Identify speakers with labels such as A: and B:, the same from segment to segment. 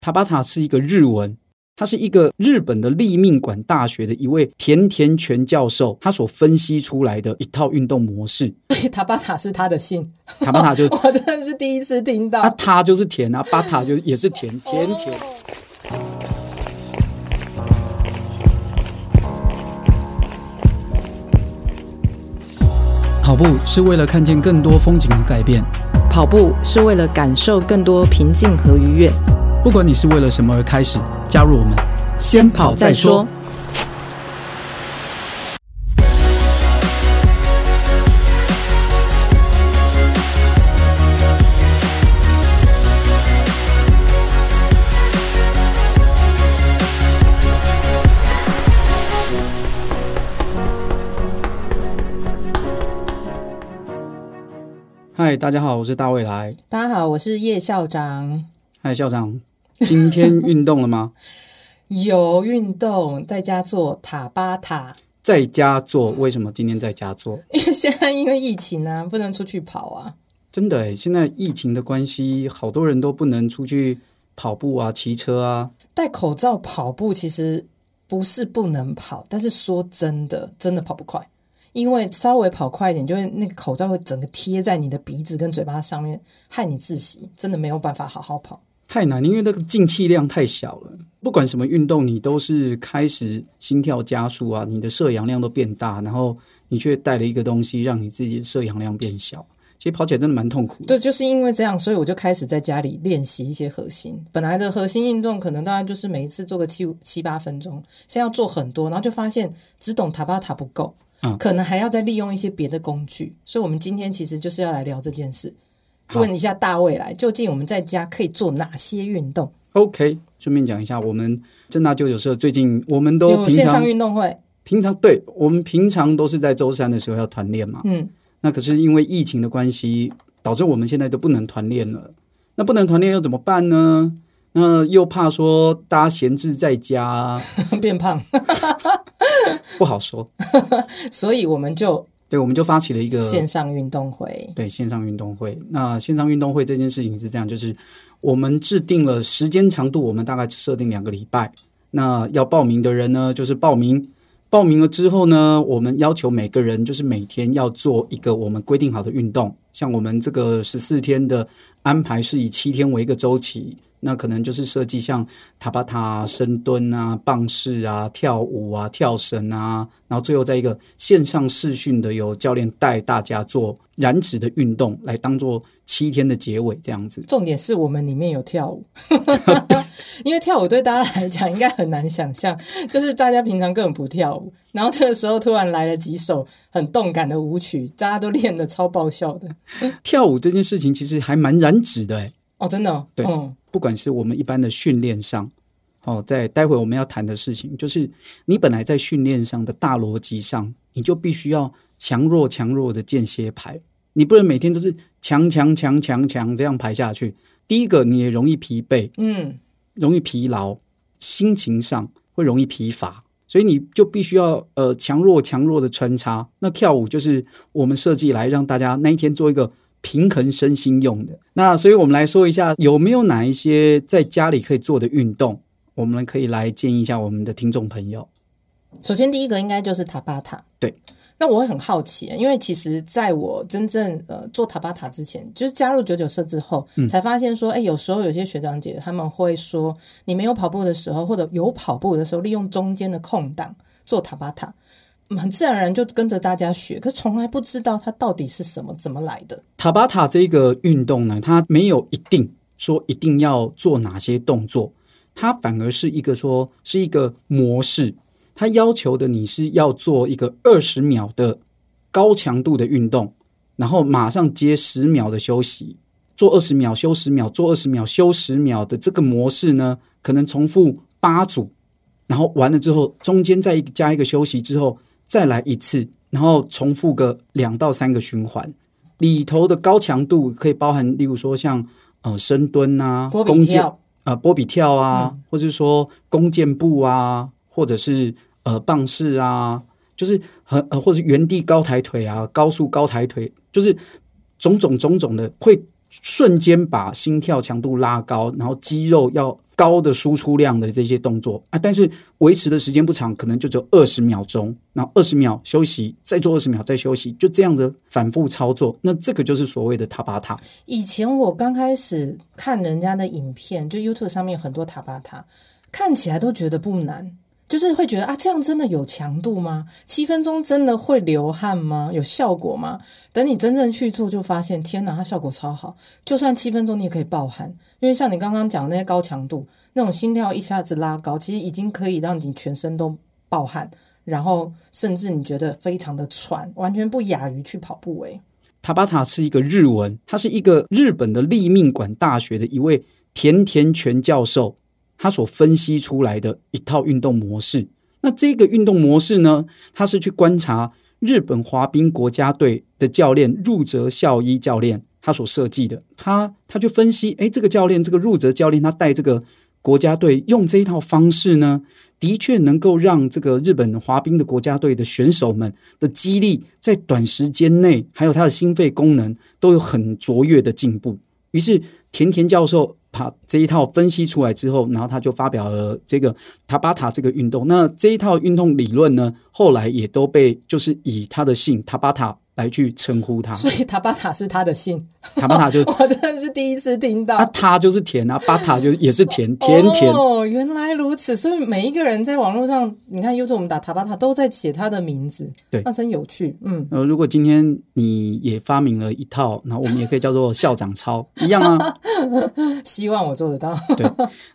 A: 塔巴塔是一个日文，他是一个日本的立命馆大学的一位田田全教授，他所分析出来的一套运动模式。
B: 对，塔巴塔是他的姓，
A: 塔巴塔 就是
B: 我真的是第一次听到。
A: 啊，他就是田啊，巴塔就也是田，田田。跑步是为了看见更多风景和改变，
C: 跑步是为了感受更多平静和愉悦。
A: 不管你是为了什么而开始，加入我们，先跑再说。嗨，大家好，我是大未来。
B: 大家好，我是叶校长。
A: 嗨，哎校长，今天运动了吗？
B: 有运动，在家做塔巴塔，
A: 在家做，为什么今天在家做？
B: 因为现在因为疫情啊，不能出去跑啊。
A: 真的诶，欸现在疫情的关系，好多人都不能出去跑步啊、骑车啊。
B: 戴口罩跑步其实不是不能跑，但是说真的，真的跑不快，因为稍微跑快一点，就会那个口罩会整个贴在你的鼻子跟嘴巴上面，害你窒息，真的没有办法好好跑。
A: 太难，因为那个进气量太小了。不管什么运动，你都是开始心跳加速啊，你的摄氧量都变大，然后你却带了一个东西，让你自己的摄氧量变小。其实跑起来真的蛮痛苦的。
B: 对，就是因为这样，所以我就开始在家里练习一些核心。本来的核心运动可能大概就是每一次做个七五七八分钟，现在要做很多，然后就发现只懂塔巴塔不够，
A: 嗯
B: 可能还要再利用一些别的工具。所以，我们今天其实就是要来聊这件事，
A: 好
B: 问一下大未来，究竟我们在家可以做哪些运动？
A: OK，顺便讲一下，我们正大旧酒社最近我们都
B: 有
A: 平
B: 线上
A: 常
B: 运动会，
A: 平常对我们平常都是在周三的时候要团练嘛。
B: 嗯，
A: 那可是因为疫情的关系，导致我们现在都不能团练了。那不能团练又怎么办呢？那又怕说大家闲置在家，
B: 变胖，
A: 不好说。
B: 所以我们就
A: 对，我们就发起了 一个
B: 线上运动会。
A: 对线上运动会。那线上运动会这件事情是这样，就是我们制定了时间长度，我们大概设定两个礼拜。那要报名的人呢，就是报名。报名了之后呢，我们要求每个人就是每天要做一个我们规定好的运动。像我们这个十四天的安排是以七天为一个周期，那可能就是设计像塔巴塔、深蹲啊、棒式啊、跳舞啊、跳绳啊，然后最后在一个线上视讯的有教练带大家做燃脂的运动，来当做七天的结尾这样子。
B: 重点是我们里面有跳舞， 因为跳舞对大家来讲应该很难想象，就是大家平常根本不跳舞，然后这个时候突然来了几首很动感的舞曲，大家都练得超爆笑的
A: 跳舞这件事情其实还蛮燃脂的、欸，
B: 哦，真的、哦，
A: 对
B: 嗯，
A: 不管是我们一般的训练上，哦，在待会我们要谈的事情，就是你本来在训练上的大逻辑上，你就必须要强弱强弱的间歇排，你不能每天都是强强强强强这样排下去。第一个，你也容易疲惫，
B: 嗯，
A: 容易疲劳，心情上会容易疲乏，所以你就必须要呃强弱强弱的穿插。那跳舞就是我们设计来让大家那一天做一个平衡身心用的。那所以我们来说一下，有没有哪一些在家里可以做的运动，我们可以来建议一下我们的听众朋友。
B: 首先第一个应该就是塔巴塔，
A: 对。
B: 那我很好奇，因为其实在我真正呃做塔巴塔之前，就是加入九九社之后，才发现说，哎、有时候有些学长姐他们会说，你没有跑步的时候，或者有跑步的时候，利用中间的空档做塔巴塔，嗯很自然而然就跟着大家学，可是从来不知道它到底是什么，怎么来的。
A: 塔巴塔这个运动呢，它没有一定说一定要做哪些动作，它反而是一个说是一个模式，它要求的你是要做一个二十秒的高强度的运动，然后马上接十秒的休息，做二十秒休十秒，做二十秒休十秒的这个模式呢，可能重复八组，然后完了之后中间再加一个休息之后再来一次，然后重复个两到三个循环。里头的高强度可以包含，例如说像呃深蹲啊、
B: 波比
A: 弓箭
B: 跳、嗯
A: 呃波比跳啊，或者说弓箭步啊，或者是呃棒式啊，就是很呃或者是原地高抬腿啊、高速高抬腿，就是种种种种的会瞬间把心跳强度拉高，然后肌肉要高的输出量的这些动作啊，但是维持的时间不长，可能就只有二十秒钟，然后二十秒休息，再做二十秒，再休息，就这样子反复操作。那这个就是所谓的塔巴塔，
B: 以前我刚开始看人家的影片，就 YouTube 上面有很多塔巴塔，看起来都觉得不难，就是会觉得啊，这样真的有强度吗？七分钟真的会流汗吗？有效果吗？等你真正去做，就发现天哪，它效果超好！就算七分钟，你也可以爆汗，因为像你刚刚讲的那些高强度，那种心跳一下子拉高，其实已经可以让你全身都爆汗，然后甚至你觉得非常的喘，完全不亚于去跑步欸诶、
A: 塔巴塔是一个日文，它是一个日本的立命馆大学的一位田田全教授，他所分析出来的一套运动模式。那这个运动模式呢，他是去观察日本滑冰国家队的教练入泽孝一教练他所设计的，他他去分析，诶，这个教练，这个入泽教练，他带这个国家队用这一套方式呢，的确能够让这个日本滑冰的国家队的选手们的肌力在短时间内，还有他的心肺功能都有很卓越的进步。于是田田教授把这一套分析出来之后，然后他就发表了这个塔巴塔这个运动。那这一套运动理论呢，后来也都被就是以他的姓塔巴塔来去称呼他。
B: 所以塔巴塔是他的姓，
A: 塔巴塔就
B: 我真的是第一次听到。
A: 啊，他就是甜啊，巴塔就也是甜，甜甜。
B: 哦，原来如此，所以每一个人在网络上，你看 YouTube 我们打塔巴塔都在写他的名字，
A: 对
B: 那真有趣。嗯，
A: 呃，如果今天你也发明了一套，然后我们也可以叫做校长操，一样啊。
B: 希望我做得到。
A: 对，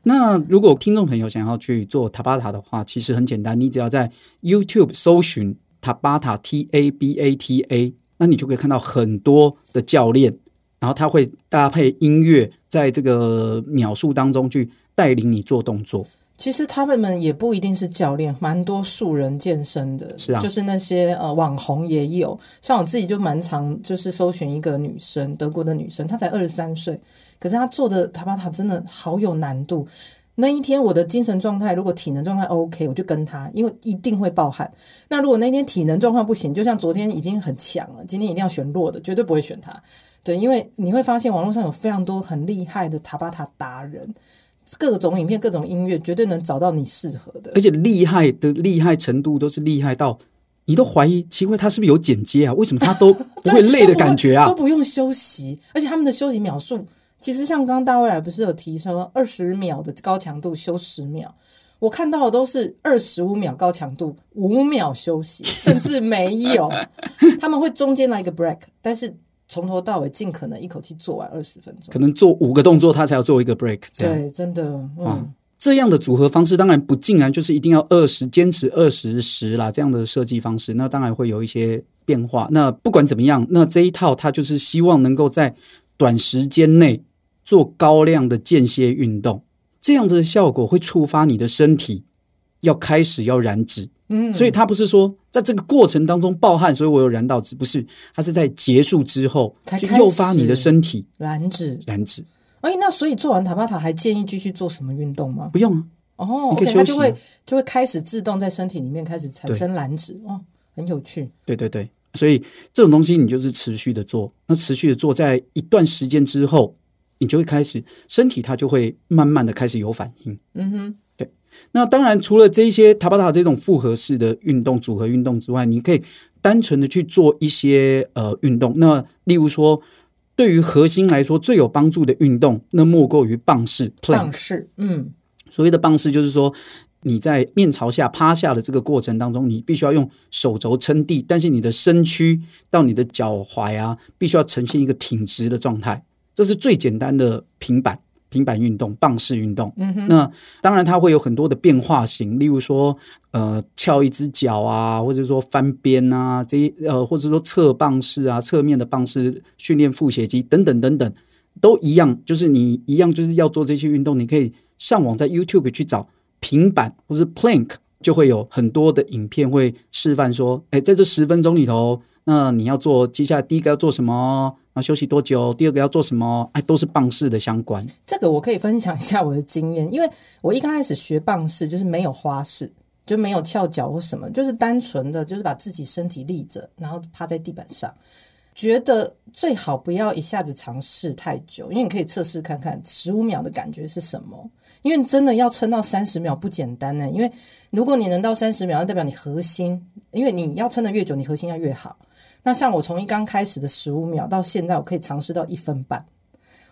A: 那如果听众朋友想要去做塔巴塔的话，其实很简单，你只要在 YouTube 搜寻塔巴塔 T A B A T A，那你就可以看到很多的教练，然后他会搭配音乐，在这个秒数当中去带领你做动作。
B: 其实他们们也不一定是教练，蛮多素人健身的，
A: 是啊
B: 就是那些呃网红也有。像我自己就蛮常就是搜寻一个女生，德国的女生，她才二十三岁，可是她做的塔巴塔真的好有难度。那一天我的精神状态，如果体能状态 OK，我就跟她，因为一定会爆汗。那如果那天体能状况不行，就像昨天已经很强了，今天一定要选弱的，绝对不会选她。对，因为你会发现网络上有非常多很厉害的塔巴塔达人，各种影片、各种音乐，绝对能找到你适合的
A: 而。且厉害的厉害程度都是厉害到你都怀疑奇怪他是不是有剪接啊？为什么他都不会累的感觉
B: 都
A: 啊？
B: 不用休息，而且他们的休息秒数，其实像刚刚大未来不是有提说二十秒的高强度休十秒，我看到的都是二十五秒高强度，五秒休息，甚至没有，他们会中间来一个 break，但是从头到尾尽可能一口气做完二十分钟
A: 可。能做五个动作他才要做一个 break，这样。
B: 对，真的，
A: 啊
B: 嗯，，
A: 这样的组合方式当然不尽然就是一定要二十坚持二十十啦这样的设计方式，那当然会有一些变化。那不管怎么样，那这一套它就是希望能够在短时间内做高量的间歇运动，这样子的效果会触发你的身体要开始要燃脂。
B: 嗯，
A: 所以它不是说在这个过程当中暴汗，所以我有燃到脂，不是，它是在结束之后
B: 才
A: 去
B: 开
A: 诱发你的
B: 始
A: 身体
B: 燃脂。
A: 燃脂。
B: 哎，那所以做完塔巴塔还建议继续做什么运动吗？
A: 不用啊，
B: 哦
A: 你可以
B: ，OK，它
A: 休
B: 就
A: 息
B: 会
A: 啊
B: 就会开始自动在身体里面开始产生燃脂，哦，很有趣。
A: 对对对，所以这种东西你就是持续的做，那持续的做，在一段时间之后，你就会开始身体它就会慢慢的开始有反应。
B: 嗯哼，
A: 那当然，除了这一些塔巴塔这种复合式的运动组合运动之外，你可以单纯的去做一些呃运动。那例如说，对于核心来说最有帮助的运动，那莫过于棒式 （plank）
B: 棒。式，嗯，
A: 所谓的棒式，就是说你在面朝下趴下的这个过程当中，你必须要用手肘撑地，但是你的身躯到你的脚踝啊，必须要呈现一个挺直的状态。这是最简单的平板平板运动，棒式运动。嗯哼，那当然它会有很多的变化型，例如说呃翘一只脚啊，或者说翻边啊，这一呃或者说侧棒式啊，侧面的棒式训练腹斜肌等等等等。都一样，就是你一样就是要做这些运动，你可以上网在 YouTube 去找平板或是 plank，就会有很多的影片会示范说，哎，在这十分钟里头，那你要做接下来第一个要做什么，然后休息多久，第二个要做什么，哎，都是棒式的相关。
B: 这个我可以分享一下我的经验，因为我一刚开始学棒式就是没有花式，就没有翘脚或什么，就是单纯的就是把自己身体立着，然后趴在地板上。觉得最好不要一下子尝试太久，因为你可以测试看看十五秒的感觉是什么。因为真的要撑到三十秒不简单呢、因为如果你能到三十秒，那代表你核心，因为你要撑得越久，你核心要越好。那像我从一刚开始的十五秒到现在，我可以尝试到一分半。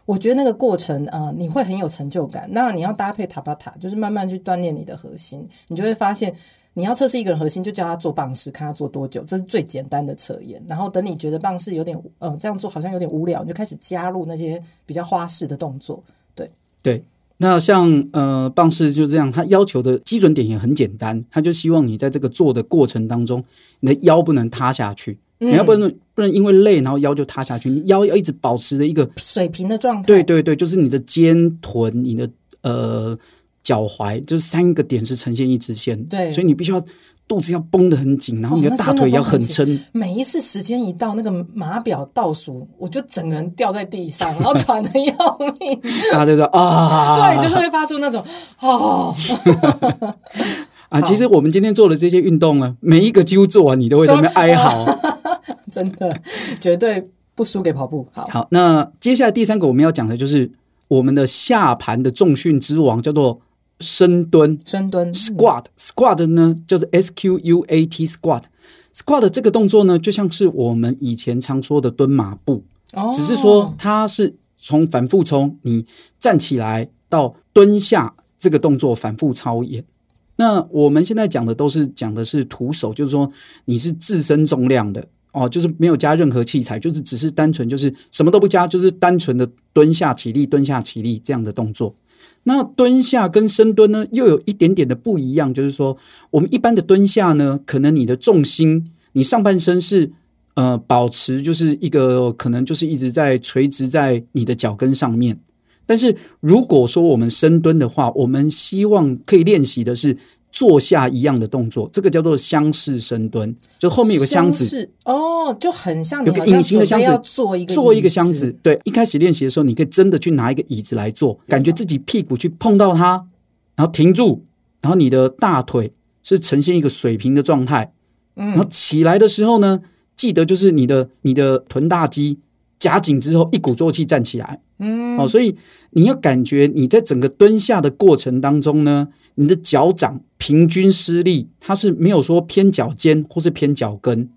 B: 我觉得那个过程，呃，你会很有成就感。当然，你要搭配塔巴塔，就是慢慢去锻炼你的核心，你就会发现，你要测试一个人核心，就叫他做棒式，看他做多久，这是最简单的测验。然后等你觉得棒式有点，呃，这样做好像有点无聊，你就开始加入那些比较花式的动作。
A: 对，那像呃棒式就这样，它要求的基准点也很简单，它就希望你在这个做的过程当中，你的腰不能塌下去，你要不能不能因为累然后腰就塌下去，你腰要一直保持着一个，
B: 水平的状态，
A: 对对对，就是你的肩、臀、你的呃脚踝，就是三个点是呈现一直线，
B: 对
A: 所以你必须要肚子要绷得很紧，然后你的
B: 哦那
A: 大
B: 真的
A: 腿要
B: 绷很
A: 很
B: 紧
A: 撑，
B: 每一次时间一到，那个码表倒数，我就整个人掉在地上，然后喘的要命。
A: 大家就说啊，
B: 对，就是会发出那种哦，
A: 啊，其实我们今天做的这些运动呢，每一个几乎做完你都会在那边哀嚎。
B: 真的绝对不输给跑步。好，
A: 好，那接下来第三个我们要讲的就是我们的下盘的重训之王，叫做深蹲
B: 深蹲
A: （squat）。squat 呢，就是 S Q U A T squat。squat 这个动作呢，就像是我们以前常说的蹲马步，
B: 哦
A: 只是说它是从反复从你站起来到蹲下这个动作反复操演。那我们现在讲的都是讲的是徒手，就是说你是自身重量的哦，就是没有加任何器材，就是只是单纯就是什么都不加，就是单纯的蹲下起立、蹲下起立这样的动作。那蹲下跟深蹲呢，又有一点点的不一样，就是说我们一般的蹲下呢，可能你的重心，你上半身是呃保持就是一个可能就是一直在垂直在你的脚跟上面。但是如果说我们深蹲的话，我们希望可以练习的是做下一样的动作，这个叫做箱式深蹲，就后面有个箱子，
B: 式哦，就很像你
A: 有个
B: 好像
A: 隐形的箱子
B: 准备要做一个
A: 做一个
B: 椅
A: 箱子。，对，一开始练习的时候，你可以真的去拿一个椅子来做，感觉自己屁股去碰到它，然后停住，然后你的大腿是呈现一个水平的状态。然后
B: 嗯，
A: 起来的时候呢，记得就是你的你的臀大肌夹紧之后，一鼓作气站起来。
B: 嗯，
A: 哦，所以你要感觉你在整个蹲下的过程当中呢，你的脚掌平均施力，它是没有说偏脚尖或是偏脚跟，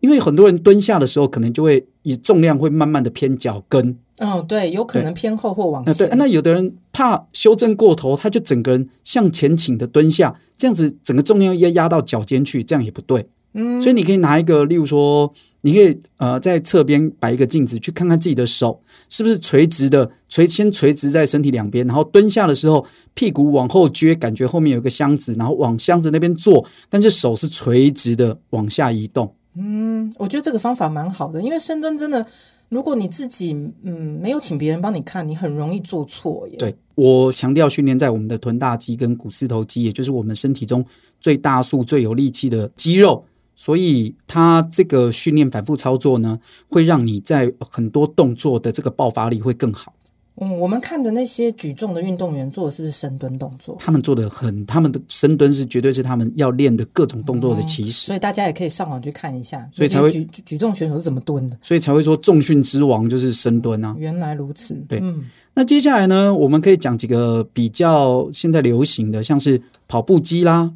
A: 因为很多人蹲下的时候可能就会以重量会慢慢的偏脚跟。
B: 嗯，对，有可能偏后或往
A: 啊，对
B: 前，，
A: 那有的人怕修正过头，他就整个人向前倾的蹲下，这样子整个重量要压到脚尖去，这样也不对。
B: 嗯，
A: 所以你可以拿一个，例如说，你可以呃在侧边摆一个镜子，去看看自己的手是不是垂直的，垂先垂直在身体两边，然后蹲下的时候屁股往后撅，感觉后面有一个箱子，然后往箱子那边坐，但是手是垂直的往下移动。
B: 嗯我觉得这个方法蛮好的，因为深蹲真的，如果你自己嗯没有请别人帮你看，你很容易做错耶。
A: 对我强调训练在我们的臀大肌跟股四头肌，也就是我们身体中最大速、最有力气的肌肉。所以，它这个训练反复操作呢，会让你在很多动作的这个爆发力会更好。
B: 嗯，我们看的那些举重的运动员做的是不是深蹲动作？
A: 他们做的很，他们的深蹲是绝对是他们要练的各种动作的起始，
B: 哦所以大家也可以上网去看一下，
A: 所以才会
B: 那些举举举重选手是怎么蹲的。
A: 所以才会说重训之王就是深蹲啊。
B: 原来如此，
A: 对
B: 嗯，
A: 那接下来呢，我们可以讲几个比较现在流行的，像是跑步机啦，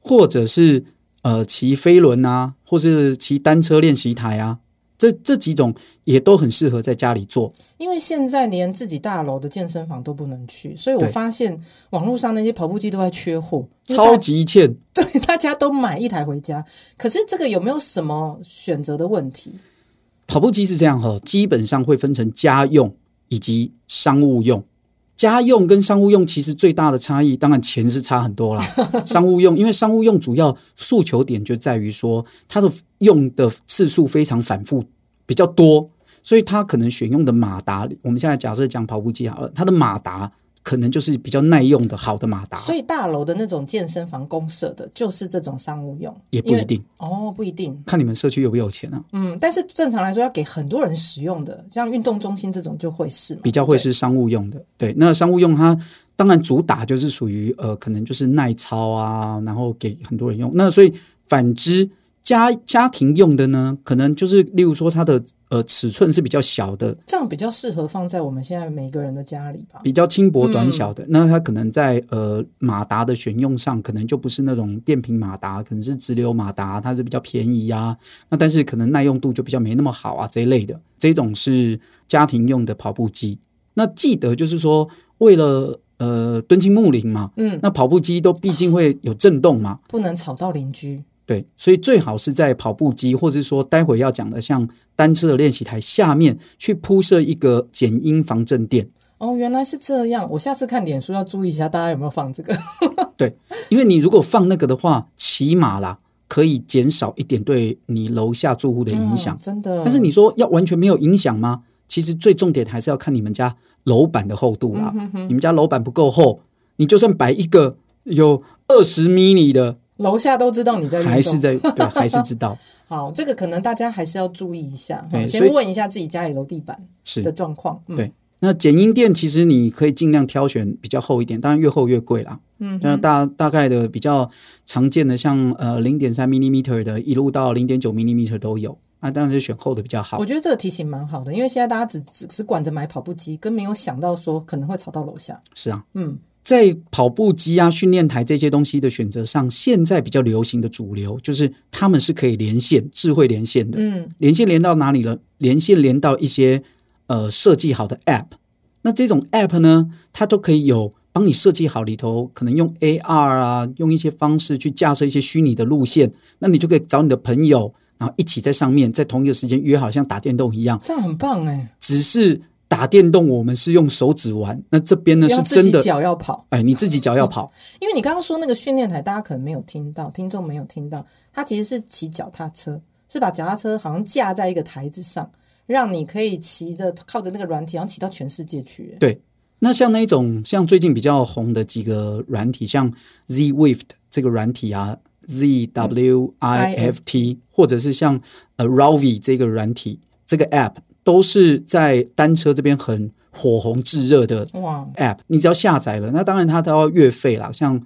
A: 或者是呃骑飞轮啊，或是骑单车练习台啊，这这几种也都很适合在家里做。
B: 因为现在连自己大楼的健身房都不能去，所以我
A: 对
B: 发现网络上那些跑步机都在缺货，因为大
A: 超级欠，
B: 对大 家都买一台回家。可是这个有没有什么选择的问题？
A: 跑步机是这样哈，基本上会分成家用以及商务用。家用跟商务用其实最大的差异，当然钱是差很 多啦。商务用，因为商务用主要诉求点就在于说，它的用的次数非常反复，比较多，所以它可能选用的马达，我们现在假设讲跑步机好了，它的马达可能就是比较耐用的好的马达，
B: 所以大楼的那种健身房公社的，就是这种商务用，
A: 也不
B: 因为
A: 一定
B: 哦，不一定。
A: 看你们社区有没有钱啊，
B: 嗯，但是正常来说要给很多人使用的，像运动中心这种就会是嘛
A: 比较会是商务用的。对，那商务用它当然主打就是属于呃，可能就是耐操啊，然后给很多人用。那所以反之，家家庭用的呢，可能就是例如说它的呃尺寸是比较小的，
B: 这样比较适合放在我们现在每个人的家里吧。
A: 比较轻薄短小的，那它可能在呃马达的选用上，可能就不是那种变频马达，可能是直流马达，它是比较便宜啊。那但是可能耐用度就比较没那么好啊这一类的。这种是家庭用的跑步机。那记得就是说，为了呃敦亲睦邻嘛，
B: 嗯，
A: 那跑步机都毕竟会有震动嘛，
B: 不能吵到邻居。
A: 对，所以最好是在跑步机，或是说待会要讲的像单车的练习台下面去铺设一个减音防震垫。
B: 哦，原来是这样，我下次看脸书要注意一下，大家有没有放这个？
A: 对，因为你如果放那个的话，起码啦可以减少一点对你楼下住户的影响。
B: 嗯真的。
A: 但是你说要完全没有影响吗？其实最重点还是要看你们家楼板的厚
B: 嗯
A: 度啦。你们家楼板不够厚，你就算摆一个有二十米米的，
B: 楼下都知道你在运动，
A: 还是在对，还是知道
B: 好，这个可能大家还是要注意一下，
A: 对
B: 哈
A: 所
B: 先
A: 以
B: 问一下自己家里楼地板
A: 是
B: 的状况。嗯，
A: 对那剪音垫其实你可以尽量挑选比较厚一点，当然越厚越贵啦。
B: 嗯，
A: 那大大概的比较常见的像呃零点三 m m 的，一路到零点九 m m 都有。那、当然是选厚的比较好
B: 我。觉得这个提醒蛮好的，因为现在大家只只只管着买跑步机，跟没有想到说可能会吵到楼下。
A: 是啊，
B: 嗯，
A: 在跑步机啊、训练台这些东西的选择上，现在比较流行的主流就是它们是可以连线、智慧连线的。
B: 嗯，
A: 连线连到哪里了？连线连到一些呃设计好的 App。那这种 App 呢，它都可以有帮你设计好里头，可能用 AR 啊，用一些方式去架设一些虚拟的路线，那你就可以找你的朋友，然后一起在上面，在同一个时间约好，像打电动一样。
B: 这样很棒哎，
A: 只是打电动我们是用手指玩，那这边呢
B: 要
A: 是
B: 自己
A: 真的，
B: 脚要跑，
A: 哎，你自己脚要跑。
B: 因为你刚刚说那个训练台，大家可能没有听到，听众没有听到，它其实是骑脚踏车，是把脚踏车好像架在一个台子上，让你可以骑着靠着那个软体，然后骑到全世界去。哎
A: 对，那像那种像最近比较红的几个软体，像 Z Wift 这个软体啊，Z W 嗯 I F T，、或者是像呃 Ravi 这个软体，这个 App 都是在单车这边很火红炙热的
B: 哇，
A: App。你只要下载了，那当然它都要月费啦，像。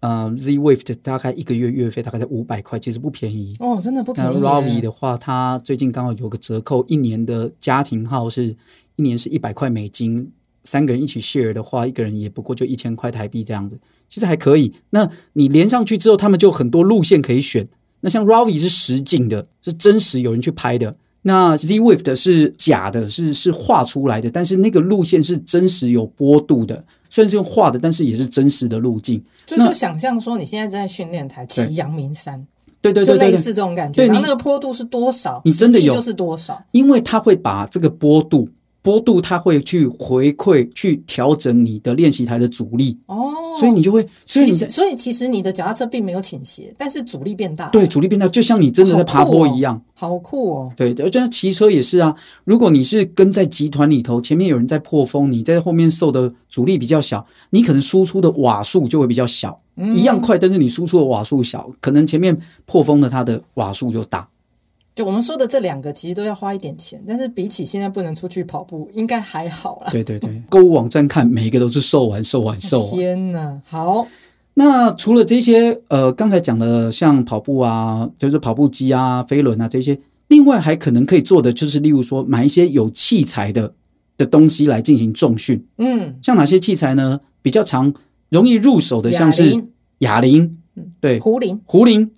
A: 呃，Z Wift 大概一个月月费大概在五百块，其实不便宜。
B: 哦，真的不便
A: 那
B: 宜耶。
A: Ravi 的话，它最近刚好有个折扣，一年的家庭号是一年是一百块美金，三个人一起 share 的话，一个人也不过就一千块台币这样子，其实还可以。那你连上去之后，他们就很多路线可以选。那像 Ravi 是实景的，是真实有人去拍的。那 Z Wave 是假的，是是画出来的，但是那个路线是真实有波度的，虽然是用画的，但是也是真实的路径。
B: 就
A: 那
B: 就想象说你现在正在训练台骑
A: 对
B: 阳明山，
A: 对对
B: 就
A: 对对
B: 类
A: 对，
B: 似这种感觉。
A: 对
B: 然后
A: 你
B: 那个坡度是多少，
A: 你真的
B: 实际
A: 有
B: 就是多少。
A: 因为它会把这个波度，波度它会去回馈、去调整你的练习台的阻力，
B: 哦，
A: 所以你就会，所以你
B: 其实
A: 在
B: 所以其实你的脚踏车并没有倾斜，但是阻力变大。哦
A: 对，阻力变大，就像你真的在爬坡一样。
B: 好酷哦。
A: 对，就像骑车也是啊。如果你是跟在集团里头，前面有人在破风，你在后面受的阻力比较小，你可能输出的瓦数就会比较小，
B: 嗯
A: 一样快，但是你输出的瓦数小，可能前面破风的它的瓦数就大。
B: 就我们说的这两个，其实都要花一点钱，但是比起现在不能出去跑步，应该还好啦。
A: 对对 对，购物网站看每一个都是售完售完售完。
B: 天哪，好，
A: 那除了这些，呃，刚才讲的像跑步啊，就是跑步机啊、飞轮啊这些，另外还可能可以做的就是，例如说买一些有器材的的东西来进行重训。
B: 嗯，
A: 像哪些器材呢？比较常容易入手的，像
B: 哑
A: 是
B: 铃
A: 哑铃，对，
B: 壶铃、
A: 壶铃，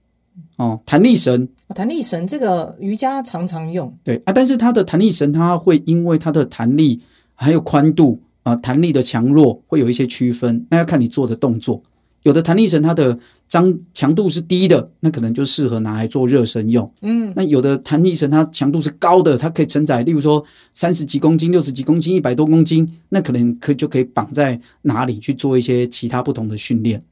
A: 哦，弹力绳，
B: 哦弹力绳这个瑜伽常常用，
A: 对啊，但是它的弹力绳它会因为它的弹力还有宽度啊、弹力的强弱会有一些区分，那要看你做的动作。有的弹力绳它的张强度是低的，那可能就适合拿来做热身用。
B: 嗯，
A: 那有的弹力绳它强度是高的，它可以承载，例如说三十几公斤、六十几公斤、一百多公斤，那可能可就可以绑在哪里去做一些其他不同的训练。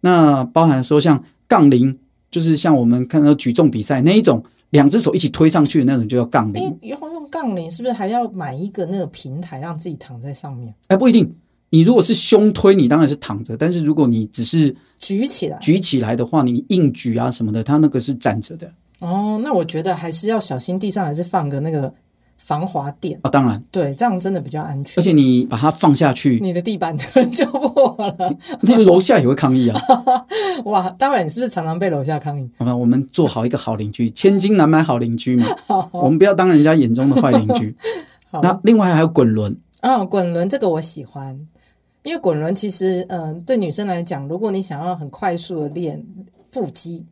A: 那包含说像杠铃，就是像我们看到举重比赛那一种，两只手一起推上去的那种，就叫杠
B: 哎
A: 铃。，
B: 然后用杠铃是不是还要买一个那个平台，让自己躺在上面
A: 哎，不一定。你如果是胸推，你当然是躺着；但是如果你只是
B: 举起来？
A: 举起来的话，你硬举啊什么的，它那个是站着的。
B: 哦，那我觉得还是要小心，地上还是放个那个防滑垫，
A: 啊，当然，
B: 对，这样真的比较安
A: 而
B: 全。
A: 且你把它放下去，
B: 你的地板就 就破了，
A: 那楼下也会抗议啊。
B: 哇！当然，你是不是常常被楼下抗议？
A: 好吧，我们做好一个好邻居，千金难买好邻居嘛。
B: 好，
A: 我们不要当人家眼中的坏邻居。
B: 好
A: 那另外还有滚轮，
B: 嗯，滚轮这个我喜欢，因为滚轮其实，嗯、对女生来讲，如果你想要很快速的练腹肌，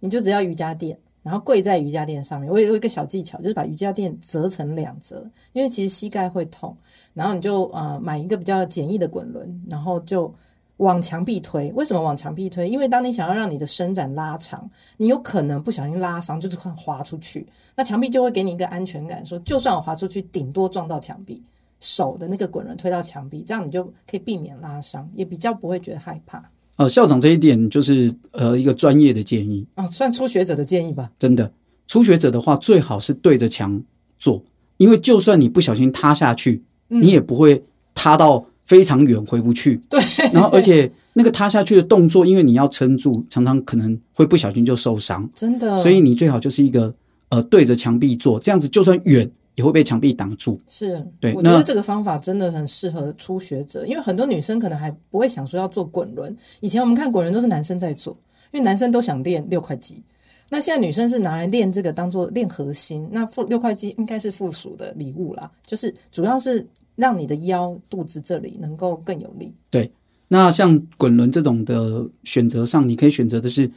B: 你就只要瑜伽垫，然后跪在瑜伽垫上面。我有一个小技巧，就是把瑜伽垫折成两折，因为其实膝盖会痛，然后你就呃买一个比较简易的滚轮，然后就。往墙壁推，为什么往墙壁推？因为当你想要让你的伸展拉长，你有可能不小心拉伤，就是快滑出去。那墙壁就会给你一个安全感，说就算我滑出去，顶多撞到墙壁。手的那个滚轮推到墙壁，这样你就可以避免拉伤，也比较不会觉得害怕。
A: 呃，校长这一点就是呃一个专业的建议，
B: 啊，算初学者的建议吧。
A: 真的。初学者的话，最好是对着墙做，因为就算你不小心塌下去，你也不会塌到非常远回不去。
B: 嗯对，
A: 然后而且那个塌下去的动作，因为你要撑住，常常可能会不小心就受伤，
B: 真的，
A: 所以你最好就是一个呃对着墙壁做，这样子就算远也会被墙壁挡住。
B: 是
A: 对
B: 我觉得
A: 那
B: 这个方法真的很适合初学者，因为很多女生可能还不会想说要做滚轮。以前我们看滚轮都是男生在做，因为男生都想练六块肌。那现在女生是拿来练这个当做练核心，那附六块肌应该是附属的礼物啦，就是主要是让你的腰、肚子这里能够更有力。
A: 那像滚轮这种的选择上，你可以选择的是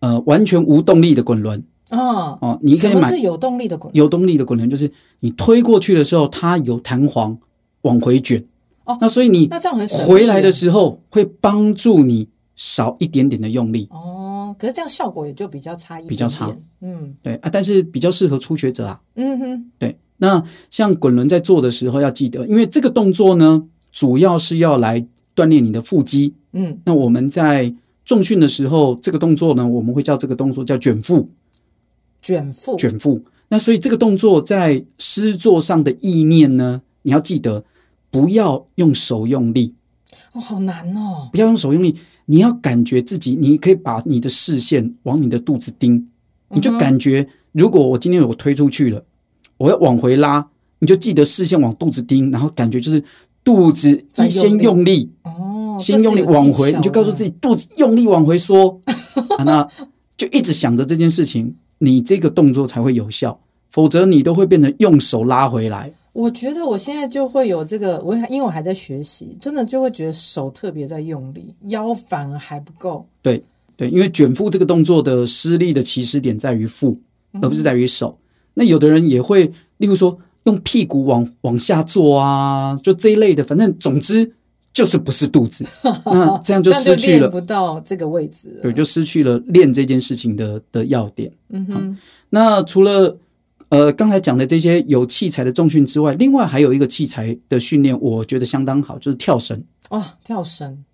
A: 呃完全无动力的滚轮
B: 啊、
A: 哦，你可以
B: 什么
A: 买
B: 是有动力的滚轮？
A: 有动力的滚轮，就是你推过去的时候，它有弹簧往回卷
B: 哦
A: 那所以你
B: 那这样很省力
A: 回来的
B: 耶
A: 时候会帮助你少一点点的用力。
B: 哦，可是这样效果也就比较差一点点，
A: 比较差
B: 嗯
A: 对啊，但是比较适合初学者啊。
B: 嗯哼，
A: 对，那像滚轮在做的时候要记得，因为这个动作呢，主要是要来锻炼你的腹肌。
B: 嗯
A: 那我们在重训的时候，这个动作呢，我们会叫这个动作叫卷腹，
B: 卷腹
A: 卷腹。那所以这个动作在诗作上的意念呢，你要记得不要用手用力，
B: 哦，好难哦，
A: 不要用手用力，你要感觉自己，你可以把你的视线往你的肚子
B: 嗯
A: 盯，你就感觉，如果我今天我推出去了，我要往回拉，你就记得视线往肚子盯，然后感觉就是肚子
B: 再
A: 一先
B: 用
A: 用力，
B: 哦，
A: 先用力往回，你就告诉自
B: 己，
A: 己肚子用力往回缩，啊、那就一直想着这件事情，你这个动作才会有效，否则你都会变成用手拉回来。
B: 我觉得我现在就会有这个，我因为我还在学习，真的就会觉得手特别在用力，腰反而还不够，
A: 对对，因为卷腹这个动作的施力的起始点在于腹，而不是在于手。那有的人也会，例如说用屁股往往下坐啊，就这一类的，反正总之就是不是肚子，那这样就
B: 这样就
A: 失去
B: 练
A: 了，
B: 不到这个位置了，
A: 对，就失去了练这件事情的的要点。
B: 嗯哼，
A: 那除了呃刚才讲的这些有器材的重训之外，另外还有一个器材的训练，我觉得相当好，就是跳绳。
B: 哇、跳绳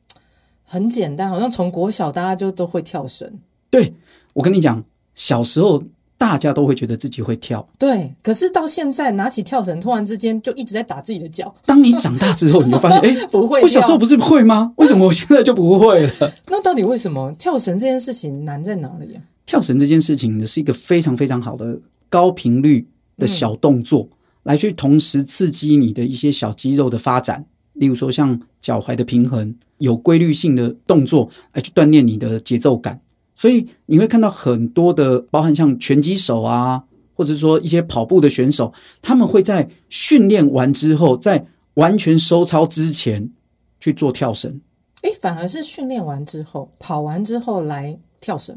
B: 很简单，好像从国小大家就都会跳绳。
A: 对我跟你讲，小时候大家都会觉得自己会跳。
B: 对，可是到现在拿起跳绳，突然之间就一直在打自己的脚，
A: 当你长大之后，你就发现，哎、
B: 不会跳。
A: 我小时候不是会吗？为什么我现在就不会了？
B: 那到底为什么跳绳这件事情难在哪里、啊？
A: 跳绳这件事情呢，是一个非常非常好的高频率的小动作，来去同时刺激你的一些小肌肉的发展，例如说像脚踝的平衡，有规律性的动作来去锻炼你的节奏感。所以你会看到很多的，包含像拳击手啊，或者说一些跑步的选手，他们会在训练完之后，在完全收操之前去做跳绳。
B: 诶，反而是训练完之后，跑完之后来跳绳，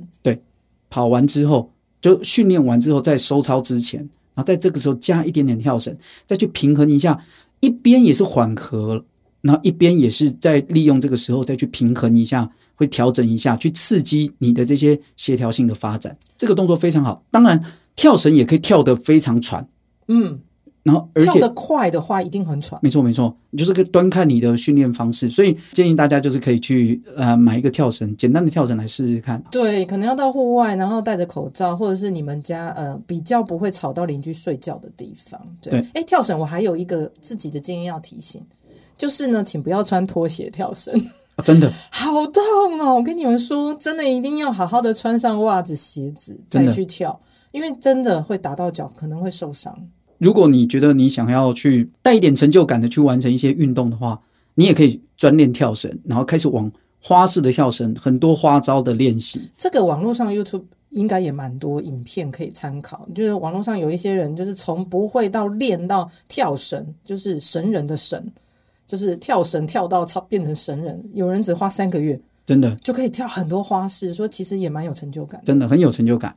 A: 跑完之后，就训练完之后，在收操之前，然后在这个时候加一点点跳绳，再去平衡一下，一边也是缓和，然后一边也是在利用这个时候再去平衡一下，会调整一下，去刺激你的这些协调性的发展。这个动作非常好，当然跳绳也可以跳得非常喘，
B: 嗯，
A: 然后而
B: 跳
A: 且
B: 得快的话一定很喘。
A: 没错没错，你就是可以端看你的训练方式，所以建议大家就是可以去呃买一个跳绳，简单的跳绳来试试看。
B: 对，可能要到户外，然后戴着口罩，或者是你们家呃比较不会吵到邻居睡觉的地方。对
A: 对，
B: 诶，跳绳我还有一个自己的经验要提醒，就是呢，请不要穿拖鞋跳绳。
A: 啊真的，
B: 好痛哦！我跟你们说，真的一定要好好的穿上袜子、鞋子
A: 真
B: 再
A: 的
B: 去跳，因为真的会打到脚，可能会受伤。
A: 如果你觉得你想要去带一点成就感的去完成一些运动的话，你也可以专练跳绳，然后开始往花式的跳绳，很多花招的练习。
B: 这个网络上 YouTube 应该也蛮多影片可以参考，就是网络上有一些人就是从不会到练到跳绳，就是神人的神，就是跳绳跳到超变成神人，有人只花三个月
A: 真的，
B: 就可以跳很多花式，说其实也蛮有成就感的。
A: 真的很有成就感。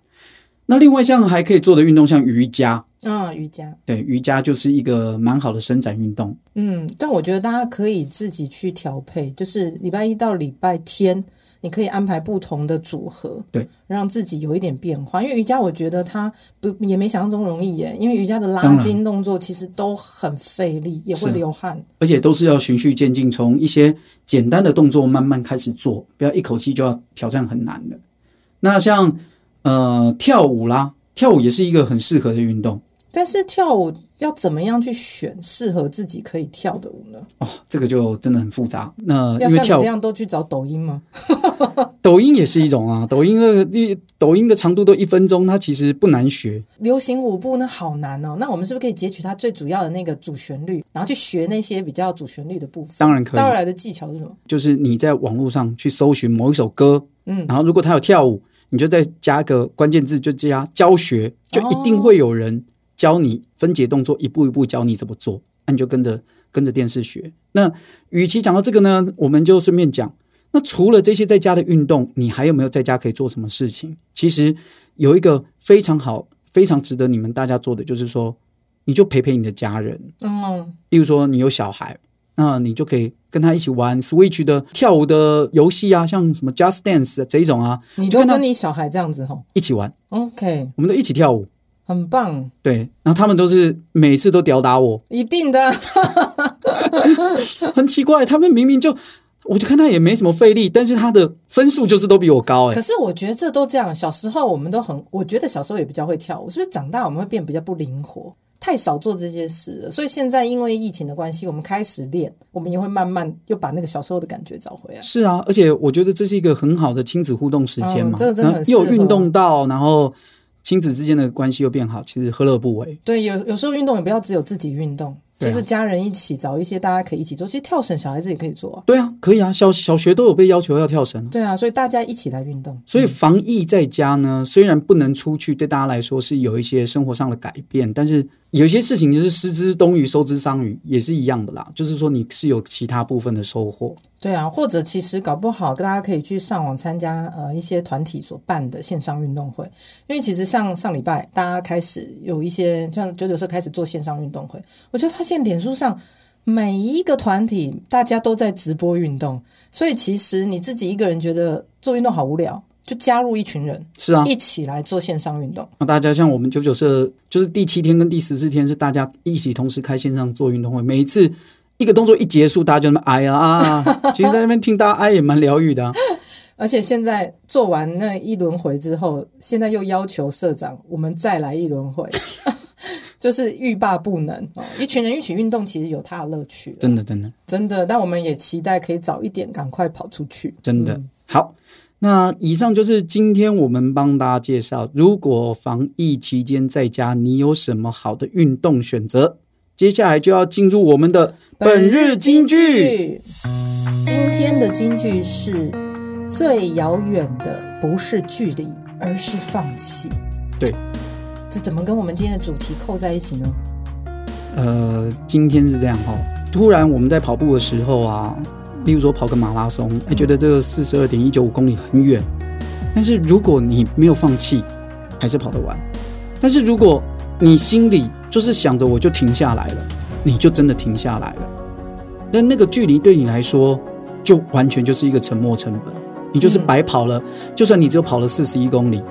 A: 那另外一项还可以做的运动，像瑜伽，
B: 嗯，瑜伽，
A: 对，瑜伽就是一个蛮好的伸展运动。
B: 嗯，但我觉得大家可以自己去调配，就是礼拜一到礼拜天，你可以安排不同的组合，
A: 对，
B: 让自己有一点变化。因为瑜伽，我觉得它不也没想象中容易耶，因为瑜伽的
A: 当
B: 拉
A: 然
B: 筋动作其实都很费力，也会
A: 是
B: 流汗。
A: 而且都是要循序渐进，从一些简单的动作慢慢开始做，不要一口气就要挑战很难的。那像呃跳舞啦，跳舞也是一个很适合的运动
B: 但是跳舞要怎么样去选适合自己可以跳的舞呢？
A: 哦，这个就真的很复杂。那
B: 要
A: 呃因为
B: 像你
A: 跳
B: 这
A: 舞，
B: 样都去找抖音吗？
A: 抖音也是一种啊，抖音的抖音的长度都一分钟，它其实不难学。
B: 流行舞步呢好难哦，那我们是不是可以截取它最主要的那个主旋律，然后去学那些比较主旋律的部分？
A: 当然可
B: 到
A: 以，
B: 来的技巧是什么？
A: 就是你在网络上去搜寻某一首歌，
B: 嗯
A: 然后如果它有跳舞，你就再加个关键字，就加教学，就一定会有人教你分解动作，一步一步教你怎么做，那你就跟着跟着电视学。那与其讲到这个呢，我们就顺便讲，那除了这些在家的运动，你还有没有在家可以做什么事情？其实有一个非常好、非常值得你们大家做的，就是说，你就陪陪你的家人。
B: 嗯，
A: 例如说你有小孩，那你就可以跟他一起玩 Switch 的跳舞的游戏啊，像什么 Just Dance 啊这一种啊，
B: 你嗯
A: 就
B: 都
A: 跟他
B: 跟你小孩这样子吼
A: 一起玩，
B: ，OK，
A: 我们都一起跳舞。
B: 很棒，
A: 对，然后他们都是每次都吊打我，
B: 一定 的。
A: 很奇怪，他们明明就我就看他也没什么费力，但是他的分数就是都比我高哎、
B: 可是我觉得这都这样，小时候我们都很，我觉得小时候也比较会跳舞，是不是长大我们会变比较不灵活？太少做这些事了，所以现在因为疫情的关系，我们开始练，我们也会慢慢又把那个小时候的感觉找回来。
A: 是啊，而且我觉得这是一个很好的亲子互动时间嘛，
B: 嗯这个真的很
A: 然后又有
B: 适合
A: 运动到，然后亲子之间的关系又变好，其实何乐不为？
B: 对，有有时候运动也不要只有自己运动，
A: 对
B: 就
A: 啊
B: 是家人一起找一些大家可以一起做。其实跳绳小孩子也可以做啊，
A: 对啊，可以啊，小小学都有被要求要跳绳啊
B: 对啊，所以大家一起来运动。
A: 所以防疫在家呢，虽然不能出去，对大家来说是有一些生活上的改变，但是有一些事情就是失之东隅，收之桑榆，也是一样的啦。就是说你是有其他部分的收获，
B: 对啊，或者其实搞不好，大家可以去上网参加呃一些团体所办的线上运动会，因为其实像上礼拜大家开始有一些像九九社开始做线上运动会，我就发现脸书上每一个团体大家都在直播运动，所以其实你自己一个人觉得做运动好无聊，就加入一群人
A: 是啊。
B: 一起来做线上运动。
A: 那大家像我们九九社，就是第七天跟第十四天是大家一起同时开线上做运动会，每一次一个动作一结束，大家就那么哎呀啊，其实在那边听大家哎也蛮疗愈的、啊。
B: 而且现在做完那一轮回之后，现在又要求社长我们再来一 轮回，就是欲罢不能哦。一群人一起运动，其实有它的乐趣了，
A: 真的真的
B: 真的。但我们也期待可以早一点，赶快跑出去。
A: 真的、
B: 嗯
A: 好。那以上就是今天我们帮大家介绍，如果防疫期间在家，你有什么好的运动选择？接下来就要进入我们的本日金句。
B: 句，嗯今天的金句是：最遥远的不是距离，而是放弃。
A: 对，
B: 这怎么跟我们今天的主题扣在一起呢？
A: 呃，今天是这样哦，突然我们在跑步的时候啊，例如说跑个马拉松，哎，觉得这个四十二点一九五公里很远，但是如果你没有放弃，还是跑得完。但是如果你心里就是想着我就停下来了，你就真的停下来了。但那个距离对你来说，就完全就是一个沉没成本，你就是
B: 嗯
A: 白跑了。就算你只有跑了四十一公里，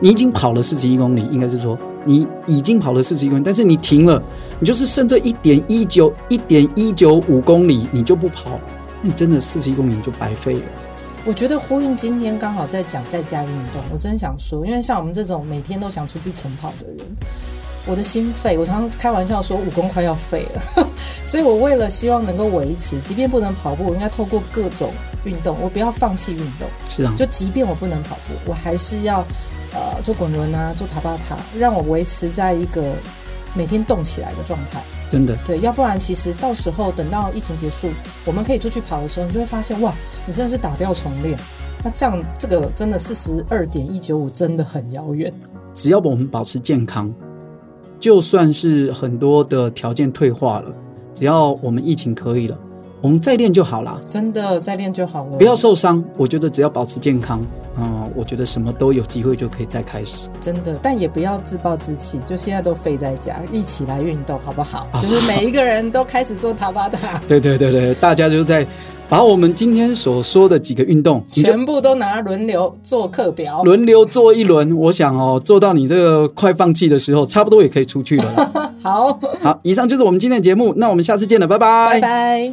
A: 你已经跑了四十一公里，应该是说你已经跑了四十一公里，但是你停了，你就是剩这一点一九一点一九五公里，你就不跑，那你真的四十一公里你就白费了。
B: 我觉得呼应今天刚好在讲在家运动，我真想说，因为像我们这种每天都想出去晨跑的人，我的心肺，我常常开玩笑说武功快要废了， 所以我为了希望能够维持，即便不能跑步，我应该透过各种运动，我不要放弃运动，
A: 是啊，
B: 就即便我不能跑步，我还是要呃做滚轮啊，做塔巴塔，让我维持在一个每天动起来的状态。
A: 真的，
B: 对，要不然其实到时候等到疫情结束，我们可以出去跑的时候，你就会发现，哇，你真的是打掉重练。那这样，这个真的四十二点一九五真的很遥远。
A: 只要我们保持健康，就算是很多的条件退化了，只要我们疫情可以了，我们再练就好啦。
B: 真的再练就好了，
A: 不要受伤。我觉得只要保持健康，嗯、我觉得什么都有机会就可以再开始。
B: 真的，但也不要自暴自弃，就现在都废在家，一起来运动好不好？
A: 啊
B: 就是每一个人都开始做塔巴塔，
A: 对对对对，大家就在把我们今天所说的几个运动，你就
B: 全部都拿轮流做课表。
A: 轮流做一轮。我想哦，做到你这个快放弃的时候，差不多也可以出去了啦。
B: 好，
A: 好，以上就是我们今天的节目，那我们下次见了，拜
B: 拜拜。